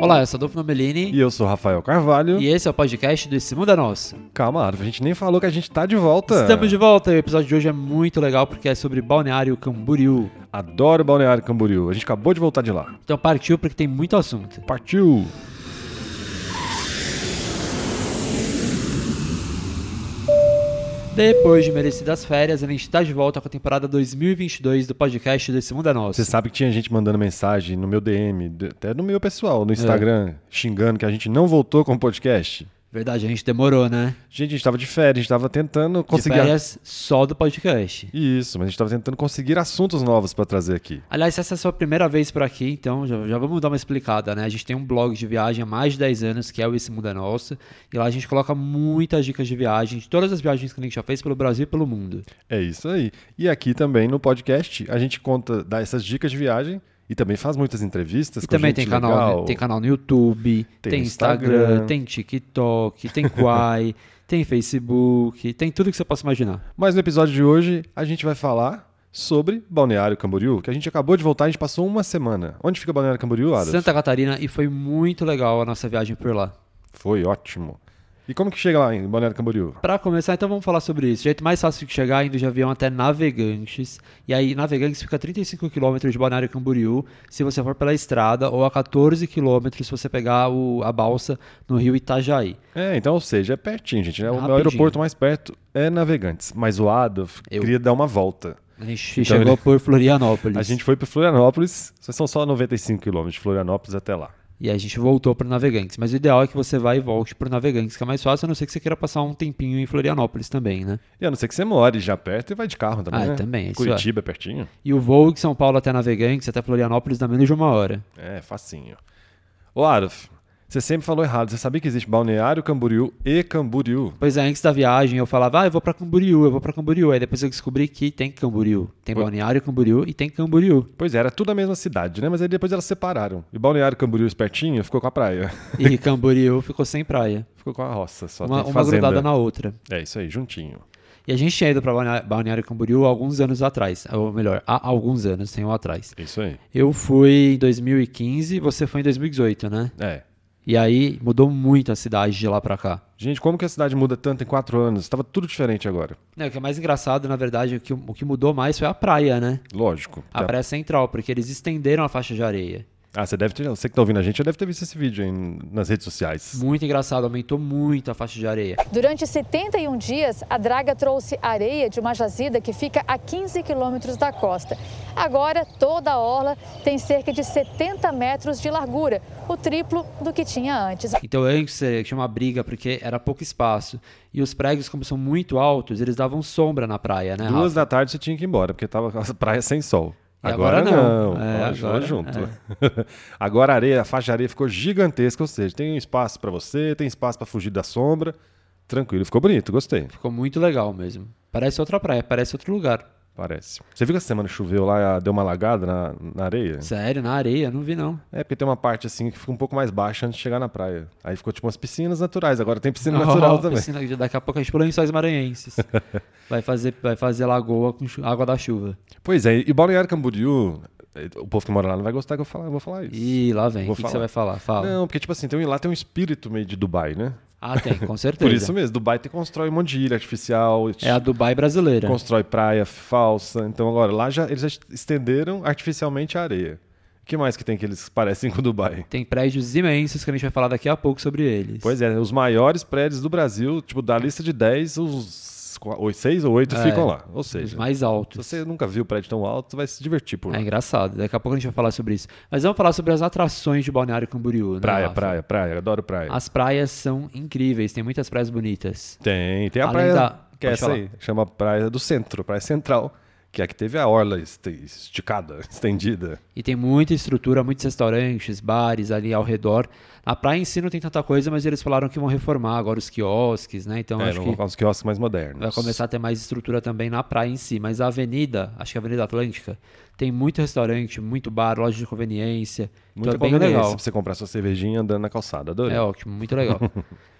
Olá, eu sou Adolfo Nomelini E eu sou o Rafael Carvalho. e esse é o podcast do Esse Mundo é Nosso. Calma, Arthur, a gente nem falou que a gente tá de volta. Estamos de volta e o episódio de hoje é muito legal porque é sobre Balneário Camboriú. Adoro Balneário Camboriú. A gente acabou de voltar de lá. Então partiu porque tem muito assunto. Partiu! Depois de merecidas férias, a gente está de volta com a temporada 2022 do podcast do Esse Mundo é Nosso. Você sabe que tinha gente mandando mensagem no meu DM, de- até no meu pessoal, É. no Instagram, xingando que a gente não voltou com o podcast. Verdade, a gente demorou, né? Gente, a gente tava de férias, a gente tava tentando De conseguir. férias só do podcast. Isso, mas a gente tava tentando conseguir assuntos novos pra trazer aqui. Aliás, se essa é a sua primeira vez por aqui, então já, já vamos dar uma explicada, né? A gente tem um blog de viagem há mais de 10 anos, que é o Esse Mundo é Nosso, e lá a gente coloca muitas dicas de viagem, de todas as viagens que a gente já fez pelo Brasil e pelo mundo. É isso aí. E aqui também no podcast a gente conta, dá essas dicas de viagem e também faz muitas entrevistas. E com também gente tem canal, legal. né? tem canal no YouTube, tem, Tem Instagram, Instagram. tem TikTok, tem Quai, tem Facebook, tem tudo que você possa imaginar. Mas no episódio de hoje a gente vai falar sobre Balneário Camboriú, que a gente acabou de voltar, a gente passou uma semana. Onde fica Balneário Camboriú, Adolfo? Santa Catarina, e foi muito legal a nossa viagem por lá. Foi ótimo. E como que chega lá em Balneário Camboriú? Pra começar, então vamos falar sobre isso. O jeito mais fácil de chegar é indo de avião até Navegantes. E aí, Navegantes fica a 35 km de Balneário Camboriú, se você for pela estrada, ou a 14 km se você pegar o- a balsa no rio Itajaí. É, então, ou seja, é pertinho, gente. Né? O Rapidinho. meu aeroporto mais perto é Navegantes, mas o Adolf Eu. queria dar uma volta. A gente Então, chegou ele- por Florianópolis. A gente foi para Florianópolis, só- são só 95 quilômetros de Florianópolis até lá. E aí a gente voltou para Navegantes. Mas o ideal é que você vá e volte para Navegantes, que é mais fácil, a não ser que você queira passar um tempinho em Florianópolis também, né? E a não ser que você more já perto e vai de carro também, Ah, né? também, isso Curitiba é pertinho. E o voo de São Paulo até Navegantes, até Florianópolis, dá menos de uma hora. É, facinho. Ô, Adolf, você sempre falou errado. Você sabia que existe Balneário Camboriú e Camboriú? Pois é, antes da viagem eu falava, ah, eu vou pra Camboriú, eu vou pra Camboriú. Aí depois eu descobri que tem Camboriú. Tem Oi. Balneário Camboriú e tem Camboriú. Pois é, era tudo a mesma cidade, né? Mas aí depois elas separaram. E Balneário Camboriú espertinho ficou com a praia. E Camboriú ficou sem praia. Ficou com a roça, só Uma, tem uma fazenda. grudada na outra. É, isso aí, juntinho. E a gente tinha ido pra Balnea- Balneário Camboriú há alguns anos atrás. Ou melhor, há alguns anos, tem um atrás. É isso aí. Eu fui em 2015, você foi em 2018, né? É. E aí mudou muito a cidade de lá pra cá. Gente, como que a cidade muda tanto em quatro anos? Tava tudo diferente agora. É, o que é mais engraçado, na verdade, é que o- o que mudou mais foi a praia, né? Lógico. A praia central, porque eles estenderam a faixa de areia. Ah, você deve ter. Você que tá ouvindo a gente já deve ter visto esse vídeo aí nas redes sociais. Muito engraçado, aumentou muito a faixa de areia. Durante 71 dias, a draga trouxe areia de uma jazida que fica a 15 quilômetros da costa. Agora, toda a orla tem cerca de 70 metros de largura, o triplo do que tinha antes. Então antes eh, tinha uma briga porque era pouco espaço. E os pregos, como são muito altos, eles davam sombra na praia, né? Rafa? Duas da tarde você tinha que ir embora, porque tava a praia sem sol. E agora não. É, hoje, agora- hoje junto. agora a areia, a faixa de areia ficou gigantesca, ou seja, tem espaço pra você, tem espaço pra fugir da sombra. Tranquilo, ficou bonito, gostei. Ficou muito legal mesmo. Parece outra praia, parece outro lugar. Parece. Você viu que essa semana choveu lá, deu uma lagada na, na areia? Sério, na areia, não vi não. É, porque tem uma parte assim que fica um pouco mais baixa antes de chegar na praia. Aí ficou tipo umas piscinas naturais, agora tem piscina Oh, É natural também. piscina- daqui a pouco a gente pula em sóis maranhenses. vai, fazer, vai fazer lagoa com chu- água da chuva. Pois é, e Balneário Camboriú, eh, o povo que mora lá não vai gostar que eu, falar, eu vou falar isso. Ih, lá vem. O Vou que, que você falar. vai falar? Fala. Não, porque tipo assim, tem, um- lá tem um espírito meio de Dubai, né? Ah, tem, com certeza. Por isso mesmo, Dubai te constrói um monte de ilha artificial, te- É a Dubai brasileira. constrói praia falsa. Então agora, lá já eles já estenderam artificialmente a areia. O que mais que tem que eles parecem com Dubai? Tem prédios imensos que a gente vai falar daqui a pouco sobre eles. Pois é, os maiores prédios do Brasil, tipo, da lista de 10, os 6 ou 8 É, ficam lá. Ou Os seja, mais se altos. você nunca viu prédio tão alto, você vai se divertir por lá. É engraçado. Daqui a pouco a gente vai falar sobre isso. Mas vamos falar sobre as atrações de Balneário Camboriú, né? praia, Rafa? praia, praia, adoro praia. As praias são incríveis, tem muitas praias bonitas. Tem, tem a Além praia da- que é pode essa falar. aí, chama Praia do Centro, Praia Central, que é a que teve a orla este- esticada, estendida. E tem muita estrutura, muitos restaurantes, bares ali ao redor. A praia em si não tem tanta coisa, mas eles falaram que vão reformar agora os quiosques, né? Então é, acho vão que colocar uns quiosques mais modernos. vai começar a ter mais estrutura também na praia em si. Mas a avenida, acho que a Avenida Atlântica, tem muito restaurante, muito bar, loja de conveniência. Muito né, então é bem legal. pra você comprar sua cervejinha andando na calçada, adorei. É ótimo, muito legal.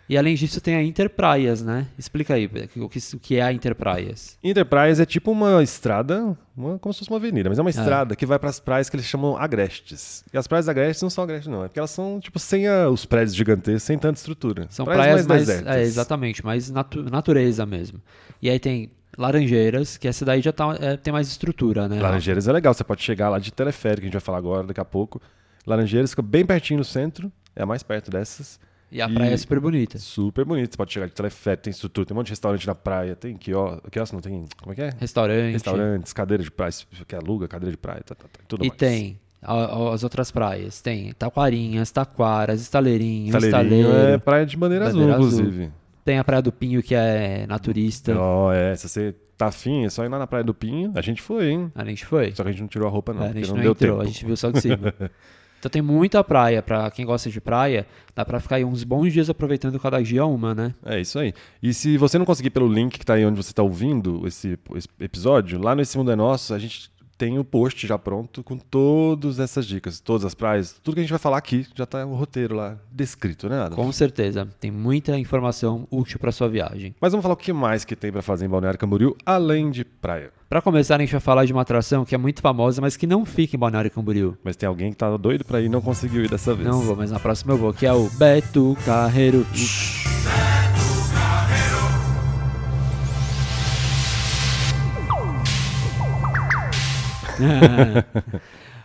E além disso tem a Interpraias, né? Explica aí o que, o que é a Interpraias. Enterprise é tipo uma estrada, uma- como se fosse uma avenida, mas é uma estrada que vai para as praias que eles chamam agrestes. E as praias agrestes não são agrestes, não. É porque elas são, tipo, sem a- os prédios gigantescos, sem tanta estrutura. São praias, mais, desertas. é, exatamente, mais natu- natureza mesmo. E aí tem Laranjeiras, que essa daí já tá, é, tem mais estrutura, né? Laranjeiras é legal, você pode chegar lá de teleférico, a gente vai falar agora daqui a pouco. Laranjeiras fica bem pertinho no centro, é a mais perto dessas. E a praia é super bonita. Super bonito, você pode chegar de teleférico, tem estrutura, tem um monte de restaurante na praia, tem quiosque, quiosque não tem, como é que é? Restaurante. Restaurantes, cadeira de praia, que aluga, cadeira de praia, tá, tá, tá, tudo E mais. tem a- as outras praias. Tem Taquarinhas, Taquaras, Estaleirinho, Estaleirinho Estaleiro. é praia de bandeira, Bandeira azul, azul. inclusive. Tem a Praia do Pinho, que é naturista. Ó, é, se você tá afim, é só ir lá na Praia do Pinho. A gente foi, hein? A gente foi. Só que a gente não tirou a roupa, não, É, a porque gente não, não, deu entrou, tempo. a gente viu só de cima. então tem muita praia. Pra quem gosta de praia, dá pra ficar aí uns bons dias aproveitando cada dia uma, né? É isso aí. E se você não conseguir pelo link que tá aí onde você tá ouvindo esse, esse episódio, lá no Esse Mundo é Nosso, a gente tem o post já pronto com todas essas dicas, todas as praias, tudo que a gente vai falar aqui já tá o roteiro lá descrito, né, Adam? Com certeza. Tem muita informação útil pra sua viagem. Mas vamos falar o que mais que tem pra fazer em Balneário Camboriú, além de praia. Pra começar, a gente vai falar de uma atração que é muito famosa, mas que não fica em Balneário Camboriú. Mas tem alguém que tá doido pra ir e não conseguiu ir dessa vez. Não vou, mas na próxima eu vou, que é o Beto Carreiro.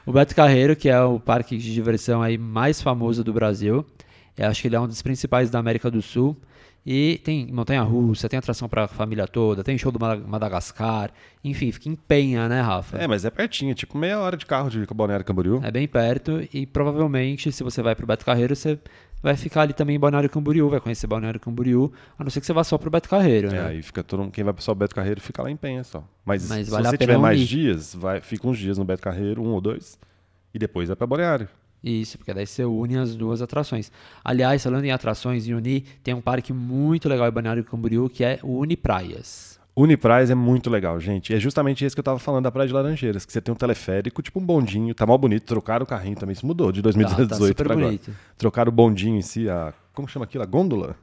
o Beto Carreiro, que é o parque de diversão aí mais famoso do Brasil. Eu acho que ele é um dos principais da América do Sul. E tem montanha-russa, tem atração pra família toda, tem show do Mada- Madagascar. Enfim, fica em Penha, né, Rafa? É, mas é pertinho, tipo meia hora de carro de Balneário Camboriú. É bem perto e provavelmente se você vai pro Beto Carreiro, você vai ficar ali também em Balneário Camboriú, vai conhecer Balneário Camboriú, a não ser que você vá só pro Beto Carreiro, É, né? aí fica todo mundo, quem vai pro só Beto Carreiro fica lá em Penha só. Mas, Mas se vale a você pena tiver mais unir. dias, vai, fica uns dias no Beto Carreiro, um ou dois, e depois vai pra Balneário. Isso, porque daí você une as duas atrações. Aliás, falando em atrações e unir, tem um parque muito legal em Balneário Camboriú que é o Unipraias. Unipraz é muito legal, gente. É justamente esse que eu tava falando da Praia de Laranjeiras, que você tem um teleférico, tipo um bondinho, tá mal bonito, trocaram o carrinho também, isso mudou de 2018 tá super pra agora. bonito. Trocaram o bondinho em si, a como chama aquilo, a gôndola?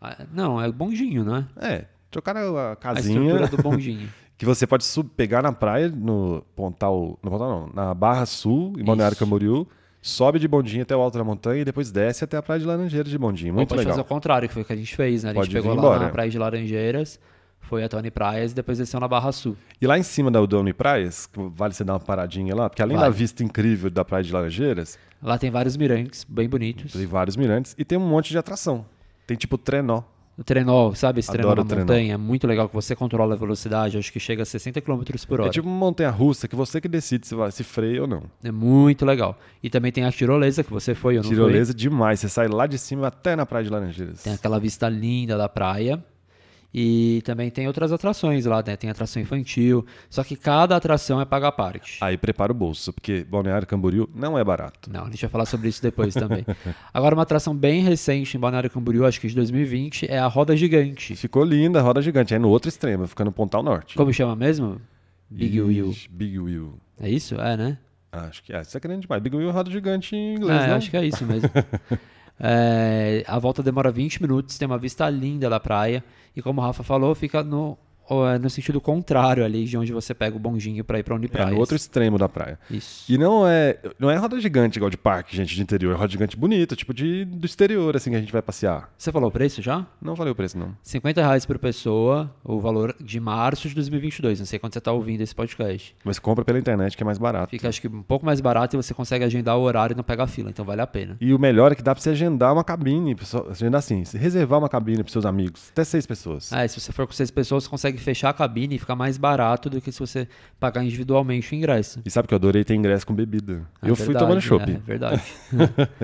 Ah, Não, é bondinho, né? É, trocaram a A casinha. estrutura do bondinho. que você pode sub, pegar na praia, no Pontal. No Pontal não, na Barra Sul, em Balneário Isso. Camboriú, sobe de bondinho até o alto da montanha e depois desce até a Praia de Laranjeiras de bondinho. Ou Muito pode legal. fazer o contrário, que foi o que a gente fez, né? A gente Pode vir pegou lá embora. na Praia de Laranjeiras, foi até Unipraias e depois desceu na Barra Sul. E lá em cima da Udone Praias, que vale você dar uma paradinha lá, porque além Vale. da vista incrível da Praia de Laranjeiras, Lá tem vários mirantes bem bonitos. tem vários mirantes e tem um monte de atração. Tem tipo trenó. O trenó, sabe esse trenó Adoro na o trenó. montanha? É muito legal que você controla a velocidade, acho que chega a 60 km por hora. É tipo uma montanha russa que você que decide se, vai, se freia ou não. É muito legal. E também tem a tirolesa, que você foi, eu não Tirolesa demais. Você sai lá de cima até na Praia de Laranjeiras. fui. Tem aquela vista linda da praia. E também tem outras atrações lá, né? Tem atração infantil. Só que cada atração é paga à parte. Aí prepara o bolso, porque Balneário Camboriú não é barato. Não, a gente vai falar sobre isso depois também. Agora, uma atração bem recente em Balneário Camboriú, acho que de 2020, é a Roda E Gigante. ficou linda, roda gigante. É no outro extremo, fica no Pontal Norte. Como chama mesmo? Big Wheel. Ixi, Big Wheel. É isso? É, né? Acho que é. Isso é grande demais. Big Wheel é roda gigante em inglês, É, né? acho que é isso mesmo. É, a volta demora 20 minutos, tem uma vista linda da praia. E como o Rafa falou, fica no, ó, é, no sentido contrário ali de onde você pega o bondinho pra ir pra É Unipraia. no outro extremo da praia. Isso. E não é, não é roda gigante igual de parque, gente, de interior. É roda gigante bonita, tipo de, do exterior, assim, que a gente vai passear. Você falou o preço já? Não valeu o preço, não. 50 reais por pessoa, o valor de março de 2022. Não sei quando você tá ouvindo esse podcast. Mas compra pela internet, que é mais barato. Fica, acho que, um pouco mais barato e você consegue agendar o horário e não pega a fila. Então vale a pena. E o melhor é que dá pra você agendar uma cabine, pra só- agendar assim, se reservar uma cabine pros seus amigos. Até seis pessoas. É, se você for com seis pessoas, você consegue fechar a cabine e ficar mais barato do que se você pagar individualmente o ingresso. E sabe que eu adorei ter ingresso com bebida. É eu fui verdade, né? tomando É, chopp. verdade.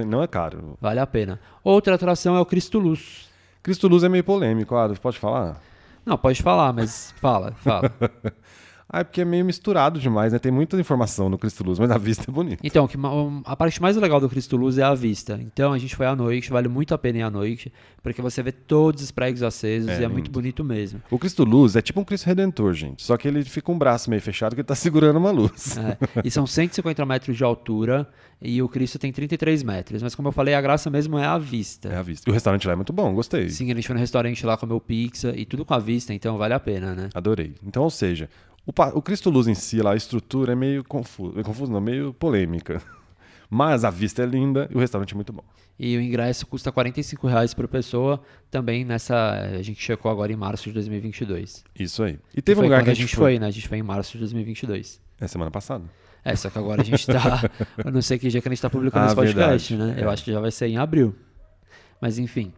não é caro. Vale a pena. Outra atração é o Cristo Luz. Cristo Luz é meio polêmico, Adam. Pode falar? Não, pode falar, mas fala, fala. Ah, é porque é meio misturado demais, né? Tem muita informação no Cristo Luz, mas a vista é bonita. Então, que ma- um, a parte mais legal do Cristo Luz é a vista. Então, a gente foi à noite, vale muito a pena ir à noite, porque você vê todos os pregos acesos e é muito bonito mesmo. O Cristo Luz é tipo um Cristo Redentor, gente. Só que ele fica um braço meio fechado que ele tá segurando uma luz. É, e são 150 metros de altura e o Cristo tem 33 metros. Mas, como eu falei, a graça mesmo é a vista. É a vista. E o restaurante lá é muito bom, gostei. Sim, a gente foi no restaurante lá, comeu pizza e tudo com a vista, então vale a pena, né? Adorei. Então, ou seja, o, pa- o Cristo Luz em si, lá, a estrutura é meio confusa. Meio confusa, não, meio polêmica. Mas a vista é linda e o restaurante é muito bom. E o ingresso custa R$ 45 reais por pessoa, também nessa. eh, A gente checou agora em março de 2022. Isso aí. E teve um Foi lugar quando que a gente foi, né? A gente foi em março de 2022. É semana passada. É, só que agora a gente tá. eu não sei que dia que a gente tá publicando Ah, esse podcast, verdade. É. né? Eu acho que já vai ser em abril. Mas enfim.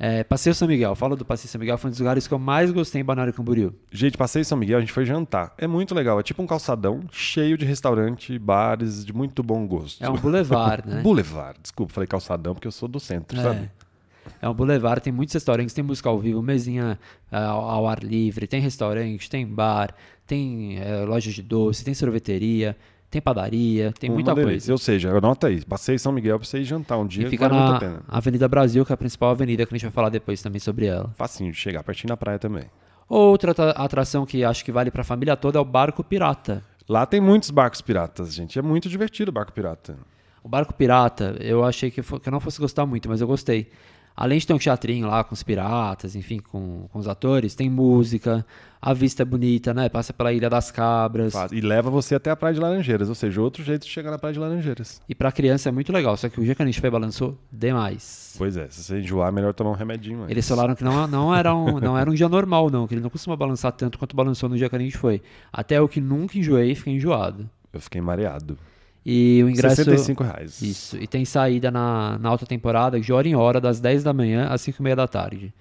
É, Passeio São Miguel, fala do Passeio São Miguel, foi um dos lugares que eu mais gostei em Balneário Camboriú. Gente, passei em São Miguel, a gente foi jantar. É muito legal. É tipo um calçadão cheio de restaurante, bares de muito bom gosto. É um boulevard, né? Boulevard. Desculpa, falei calçadão porque eu sou do centro, sabe? É um boulevard, tem muitos restaurantes, tem música ao vivo, mesinha ah, ao, ao ar livre, tem restaurante, tem bar, tem eh, loja de doce, tem sorveteria, tem padaria, tem Uma muita delícia. coisa. Um Ou seja, anota aí. Passei em São Miguel pra você ir jantar um dia. E fica vale muito a na pena. Avenida Brasil, que é a principal avenida, que a gente vai falar depois também sobre ela. Facinho de chegar, pertinho da praia também. Outra atra- atração que acho que vale pra família toda é o Barco Pirata. Lá tem muitos barcos piratas, gente. É muito divertido o barco pirata. O Barco Pirata, eu achei que, fo- que eu não fosse gostar muito, mas eu gostei. Além de ter um teatrinho lá com os piratas, enfim, com, com os atores, tem música, a vista é bonita, né? Passa pela Ilha das Cabras. Faz- E leva você até a Praia de Laranjeiras, ou seja, outro jeito de chegar na Praia de Laranjeiras. E pra criança é muito legal, só que o dia que a gente foi balançou demais. Pois é, se você enjoar, é melhor tomar um remedinho antes. Eles falaram que não, não, era um, não era um dia normal, não, que ele não costuma balançar tanto quanto balançou no dia que a gente foi. Até eu que nunca enjoei, fiquei enjoado. Eu fiquei mareado. E o ingresso. 65 reais. Isso. E tem saída na, na alta temporada de hora em hora, das 10 da manhã às 5 e meia da tarde.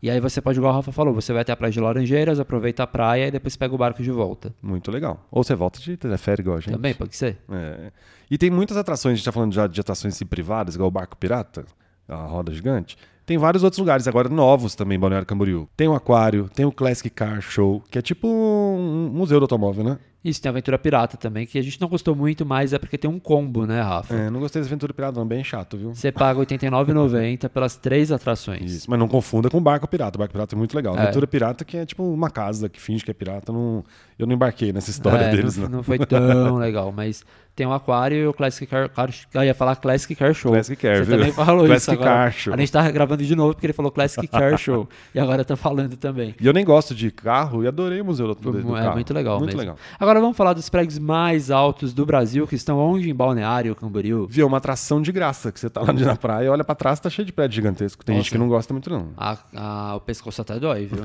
E aí você pode, igual o Rafa falou, você vai até a Praia de Laranjeiras, aproveita a praia e depois pega o barco de volta. Muito legal. Ou você volta de teleférico, igual a gente. Também pode ser. É. E tem muitas atrações, a gente tá falando já de atrações assim, privadas, igual o Barco Pirata, a Roda Gigante. Tem vários outros lugares agora novos também em Balneário Camboriú. Tem o Aquário, tem o Classic Car Show, que é tipo um museu do automóvel, né? Isso, tem Aventura Pirata também, que a gente não gostou muito, mas é porque tem um combo, né, Rafa? É, não gostei dessa aventura pirata, não, bem chato, viu? Você paga R$ 89,90 pelas três atrações. Isso, mas não confunda com barco pirata. Barco pirata é muito legal. Aventura pirata que é tipo uma casa que finge que é pirata. Não... Eu não embarquei nessa história É, deles, não, não. não foi tão legal, mas tem o Aquário e o Classic Car, Car eu ia falar Classic Car Show. Classic Car, Você viu? também falou isso Classic agora. Car Show. A gente tá gravando de novo porque ele falou Classic Car Show e agora tá falando também. E eu nem gosto de carro e adorei o museu do, do, Foi do mu- é carro. muito legal Muito mesmo. legal. Agora vamos falar dos pregos mais altos do Brasil que estão onde em Balneário Camboriú. Viu, é uma atração de graça, que você tá lá na praia, olha pra trás, tá cheio de prédio gigantesco. Tem gente que não gosta muito, não. A- a- o pescoço até dói, viu?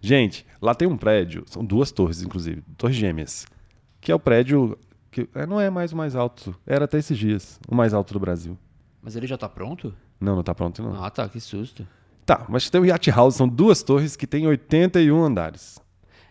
Gente, lá tem um prédio, são duas torres, inclusive, torres gêmeas, que é o prédio que é, não é mais o mais alto, era até esses dias, o mais alto do Brasil. Mas ele já tá pronto? Não, não tá pronto, não. Ah, tá, que susto. Tá, mas tem o Yacht House, são duas torres que tem 81 andares.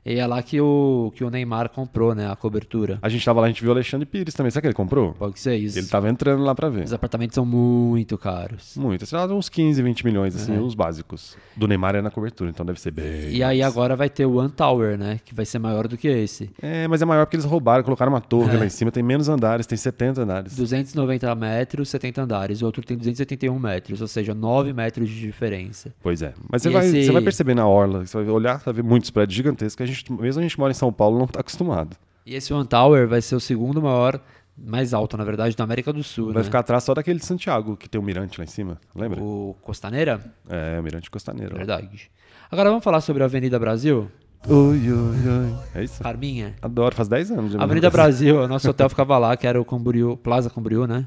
E é lá que o, que o Neymar comprou, né, a cobertura. A gente tava lá, a gente viu o Alexandre Pires também. Sabe que ele comprou? Pode ser isso. Ele tá- tava entrando lá pra ver. Os apartamentos são muito caros. Muito, sei lá, uns 15, 20 milhões, assim, os básicos. Do Neymar é na cobertura, então deve ser bem. É. E aí agora vai ter o One Tower, né? Que vai ser maior do que esse. É, mas é maior porque eles roubaram, colocaram uma torre É. lá em cima, tem menos andares, tem 70 andares. 290 metros, 70 andares. O outro tem 281 metros, ou seja, 9 metros de diferença. Pois é. Mas você E vai, esse- você vai perceber na orla, você vai olhar, você vai ver muitos prédios gigantescos, que a gente, mesmo a gente mora em São Paulo, não tá acostumado. E esse One Tower vai ser o segundo maior, mais alto, na verdade, da América do Sul, Vai né? ficar atrás só daquele de Santiago, que tem o mirante lá em cima, lembra? O Costaneira? É, o mirante costaneiro. lá. Verdade. Agora vamos falar sobre a Avenida Brasil? Oi, oi, oi. É isso? Carminha. Adoro, faz 10 anos. já A Avenida moro. Brasil, o nosso hotel ficava lá, que era o Camboriú, Plaza Camboriú, né?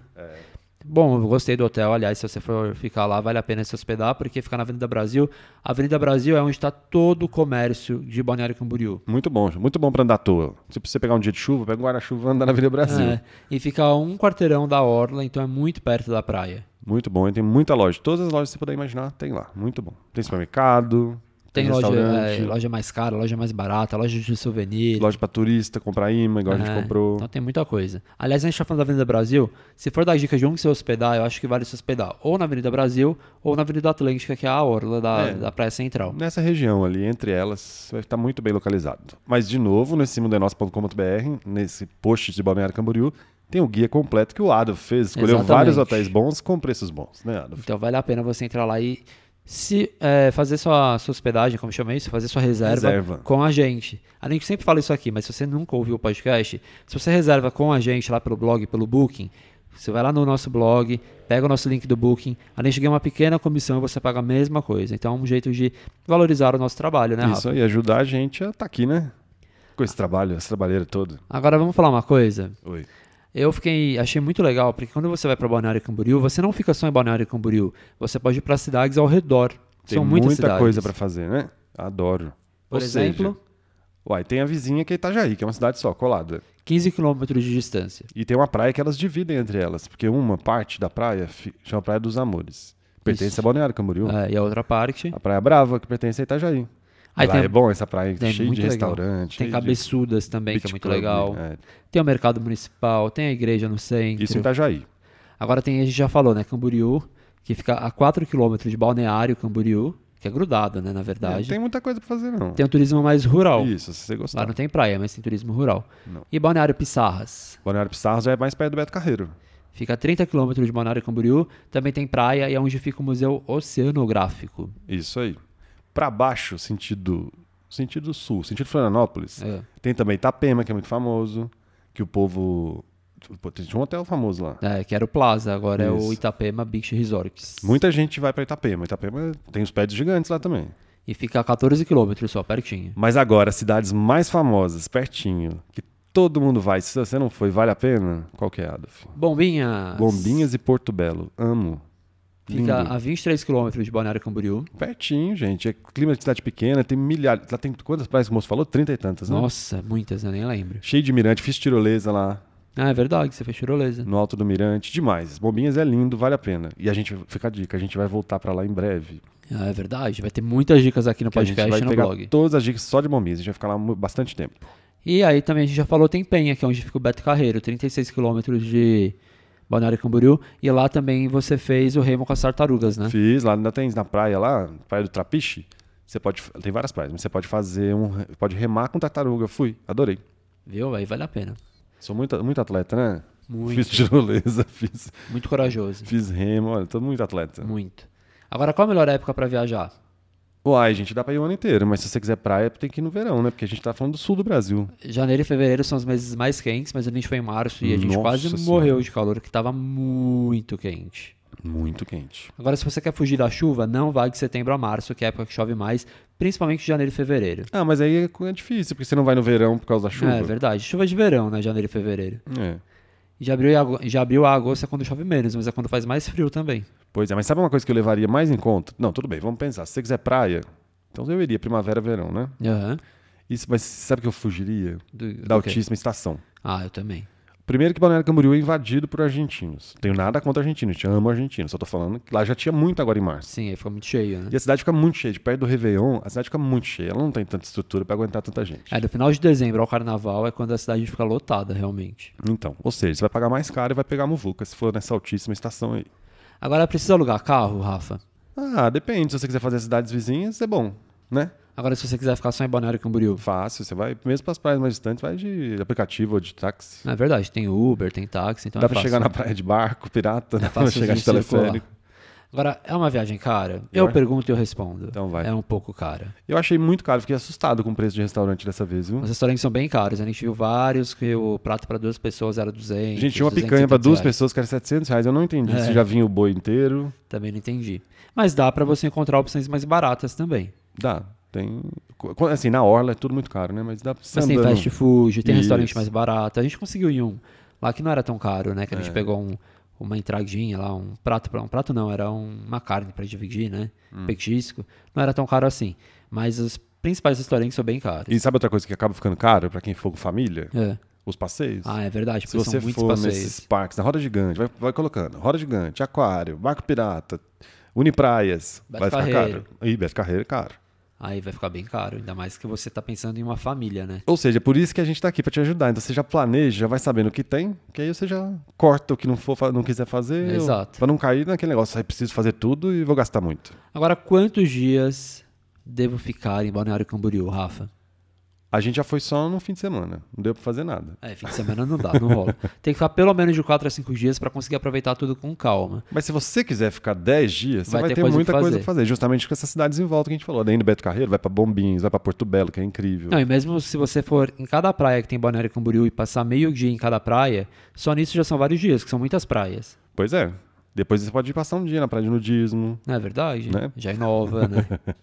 Bom, eu gostei do hotel, aliás, se você for ficar lá, vale a pena se hospedar, porque ficar na Avenida Brasil, a Avenida Brasil é onde está todo o comércio de Balneário Camboriú. Muito bom, muito bom pra andar à toa. Se você pegar um dia de chuva, pega um guarda-chuva e anda na Avenida Brasil. É, e fica a um quarteirão da orla, então é muito perto da praia. Muito bom, e tem muita loja. Todas as lojas que você puder imaginar, tem lá. Muito bom. Tem supermercado, Tem loja, restaurante, é, loja mais cara, loja mais barata, loja de souvenir. loja pra turista, comprar imã, igual a gente É, comprou. Então tem muita coisa. Aliás, a gente tá falando da Avenida Brasil. Se for dar dica de onde se hospedar, eu acho que vale se hospedar ou na Avenida Brasil ou na Avenida Atlântica, que é a orla da, É. da Praia Central. Nessa região ali, entre elas, vai estar muito bem localizado. Mas, de novo, nesse mundenosso.com.br, nesse post de Balneário Camboriú, tem o guia completo que o Adolf fez. Escolheu Exatamente. vários hotéis bons com preços bons, né, Adolf? Então vale a pena você entrar lá e se é, fazer sua, sua hospedagem, como chama isso? Fazer sua reserva, Reserva. com a gente. A gente sempre fala isso aqui, mas se você nunca ouviu o podcast, se você reserva com a gente lá pelo blog, pelo Booking, você vai lá no nosso blog, pega o nosso link do Booking, a gente ganha uma pequena comissão e você paga a mesma coisa. Então é um jeito de valorizar o nosso trabalho, né, Isso Rafa? aí, ajudar a gente a estar aqui, né? Com esse trabalho, essa trabalheira toda. Agora vamos falar uma coisa. Oi. Eu fiquei, achei muito legal, porque quando você vai para Balneário Camboriú, você não fica só em Balneário Camboriú, você pode ir para cidades ao redor. Tem São muitas muita cidades. coisa pra fazer, né? Adoro. Por Ou exemplo, Seja, uai, tem a vizinha que é Itajaí, que é uma cidade só, colada. 15 quilômetros de distância. E tem uma praia que elas dividem entre elas, porque uma parte da praia fi- chama Praia dos Amores. Pertence Isso. a Balneário Camboriú. É, e a outra parte. A Praia Brava, que pertence a Itajaí. Aí Lá tem- é bom essa praia, é cheia muito de legal. restaurante. Tem cheia de cabeçudas também, que é beach muito club, legal. é. Tem o mercado municipal, tem a igreja no centro. Isso tá- em Itajaí. Agora tem, a gente já falou, né? Camboriú, que fica a 4 quilômetros de Balneário Camboriú, que é grudado, né? Na Não verdade. É, tem muita coisa pra fazer, não. Tem o turismo mais rural. Isso, se você Lá gostar. não tem praia, mas tem turismo rural. Não. E Balneário Pissarras. Balneário Pissarro já é mais perto do Beto Carreiro. Fica a 30 quilômetros de Balneário Camboriú, também tem praia e é onde fica o Museu Oceanográfico. Isso aí. Pra baixo, sentido sentido sul, sentido Florianópolis. É. Tem também Itapema, que é muito famoso, que o povo Pô, tem um hotel famoso lá. É, que era o Plaza, agora é o Isso. Itapema Beach Resorts. Muita gente vai pra Itapema. Itapema tem os prédios gigantes lá também. E fica a 14 quilômetros só, pertinho. Mas agora, as cidades mais famosas, pertinho, que todo mundo vai. Se você não foi, vale a pena? Qual que é, Adolf? Bombinhas. Bombinhas e Porto Belo. Amo. Lindo. Fica a 23 quilômetros de Balneário Camboriú. Pertinho, gente. É clima de cidade pequena, tem milhares. Lá tem quantas praias que o moço falou? Trinta e tantas, né? Nossa, muitas, eu nem lembro. Cheio de mirante, fiz tirolesa lá Ah, é verdade, você fez tirolesa. no alto do mirante. Demais. Bombinhas é lindo, vale a pena. E a gente, fica a dica, a gente vai voltar pra lá em breve. Ah, é verdade, vai ter muitas dicas aqui no Que a gente podcast vai e no pegar blog. todas as dicas só de bombinhas. A gente vai ficar lá mu- bastante tempo. E aí também a gente já falou, tem Penha, que é onde fica o Beto Carreiro, 36 quilômetros de Balneário Camboriú. E lá também você fez o remo com as tartarugas, né? Fiz, lá ainda tem na praia lá, praia do Trapiche. Você pode, tem várias praias, mas você pode fazer um, pode remar com tartaruga. Fui, adorei. Viu? Aí vale a pena. Sou muito, muito atleta, né? Muito. Fiz tirolesa, fiz, Muito corajoso. fiz remo, olha, tô muito atleta. Muito. Agora, qual a melhor época pra viajar? Uai, gente, dá pra ir o ano inteiro, mas se você quiser praia, tem que ir no verão, né? Porque a gente tá falando do sul do Brasil. Janeiro e fevereiro são os meses mais quentes, mas a gente foi em março e a gente Nossa quase Senhora. morreu de calor, que tava muito quente. Muito quente. Agora, se você quer fugir da chuva, não vá de setembro a março, que é a época que chove mais, principalmente janeiro e fevereiro. Ah, mas aí é, é difícil, porque você não vai no verão por causa da chuva. É verdade. Chuva de verão, né? Janeiro e fevereiro. É. E de abril, e ago- de abril a agosto é quando chove menos, mas é quando faz mais frio também. Pois é, mas sabe uma coisa que eu levaria mais em conta? Não, tudo bem, vamos pensar. Se você quiser praia, então eu iria primavera, verão, né? Aham. Isso, mas sabe o que eu fugiria? Do- da do quê? altíssima estação. Ah, eu também. Primeiro que Balneário Camboriú é invadido por argentinos. Tenho nada contra argentinos, te amo argentinos. Só tô falando que lá já tinha muito agora em março. Sim, aí fica muito cheio, né? E a cidade fica muito cheia. De perto do Réveillon, a cidade fica muito cheia. Ela não tem tanta estrutura pra aguentar tanta gente. É, do final de dezembro ao carnaval é quando a cidade fica lotada, realmente. Então, ou seja, você vai pagar mais caro e vai pegar muvuca se for nessa altíssima estação aí. Agora, precisa alugar carro, Rafa? Ah, depende. Se você quiser fazer as cidades vizinhas, é bom, né? Agora, se você quiser ficar só em Balneário Camboriú. Fácil, você vai, mesmo pras praias mais distantes, vai de aplicativo ou de táxi. É verdade, tem Uber, tem táxi, então Dá é pra fácil. chegar na praia de barco, pirata, dá pra fácil chegar de de circular. teleférico. Agora, é uma viagem cara? Eu é? pergunto e eu respondo. Então vai. É um pouco cara. Eu achei muito caro, fiquei assustado com o preço de restaurante dessa vez, viu? Os restaurantes são bem caros. né? A gente viu vários que o prato pra duas pessoas era 200. Gente, tinha uma picanha pra 270 reais. duas É. pessoas que era 700 reais. Eu não entendi se já vinha o boi inteiro. Também não entendi. Mas dá pra você encontrar opções mais baratas também. Dá, tem... co- Assim, na orla é tudo muito caro, né? Mas dá pra você Mas tem andando. fast food, tem Isso. restaurante mais barato. A gente conseguiu em um lá que não era tão caro, né? Que a É. gente pegou um- uma entradinha lá, um prato para um prato não, era um- uma carne pra dividir, né? Hum. Petisco. Não era tão caro assim. Mas os principais restaurantes são bem caros. E sabe outra coisa que acaba ficando caro pra quem for com família? É. Os passeios. Ah, é verdade, se porque você são muitos for passeios. nesses parques, na Roda Gigante, vai, vai colocando. Roda Gigante, Aquário, Barco Pirata, Unipraias. Beto vai ficar Carreiro. caro. E Beto Carreiro é caro. aí vai ficar bem caro, ainda mais que você tá pensando em uma família, né? Ou seja, por isso que a gente tá aqui pra te ajudar. Então você já planeja, já vai sabendo o que tem, que aí você já corta o que não, for, fa- não quiser fazer. ou- Exato. Pra não cair naquele negócio, aí preciso fazer tudo e vou gastar muito. Agora, quantos dias devo ficar em Balneário Camboriú, Rafa? A gente já foi só no fim de semana, não deu pra fazer nada. É, fim de semana não dá, não rola. Tem que ficar pelo menos de 4 a 5 dias pra conseguir aproveitar tudo com calma. Mas se você quiser ficar 10 dias, você Vai vai ter ter, coisa muita pra coisa fazer. pra fazer. Justamente com essas cidades em volta que a gente falou. Além do Beto Carreiro, vai pra Bombinhos, vai pra Porto Belo, que é incrível. Não, e mesmo se você for em cada praia que tem Balneário Camboriú e passar meio dia em cada praia, só nisso já são vários dias, que são muitas praias. Pois é. Depois você pode ir passar um dia na praia de nudismo. Não é verdade? Né? Já inova, né?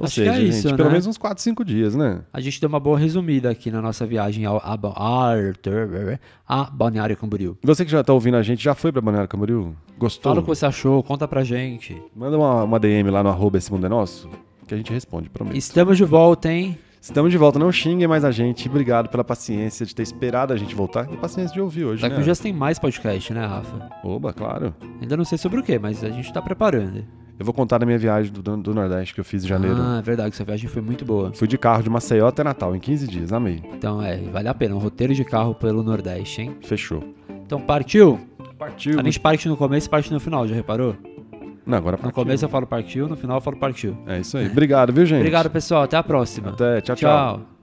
Ou Acho que seja, é gente, isso, pelo né? menos um uns 4, 5 dias, né? A gente deu uma boa resumida aqui na nossa viagem ao, a, Ba- Arthur- a Balneário Camboriú. Você que já tá ouvindo a gente, já foi pra Balneário Camboriú? Gostou? Fala um o que você achou, conta pra gente. Manda uma, uma DM lá no arroba esse mundo é nosso, que a gente responde, prometo. Estamos de volta, hein? Estamos de volta, não xinguem mais a gente. Obrigado pela paciência de ter esperado a gente voltar e paciência de ouvir hoje, Daqui né? uns dias tem mais podcast, né, Rafa? Oba, claro. Ainda não sei sobre o que, mas a gente tá preparando. Eu vou contar da minha viagem do, do Nordeste que eu fiz em janeiro. Ah, é verdade, essa viagem foi muito boa. Fui de carro de Maceió até Natal, em 15 dias, amei. Então, é, vale a pena. Um roteiro de carro pelo Nordeste, hein? Fechou. Então, partiu? Partiu. A gente parte no começo e parte no final, já reparou? Não, agora No partiu. começo eu falo partiu, no final eu falo partiu. É isso aí. Obrigado, viu, gente? Obrigado, pessoal. Até a próxima. Até, tchau, tchau. Tchau.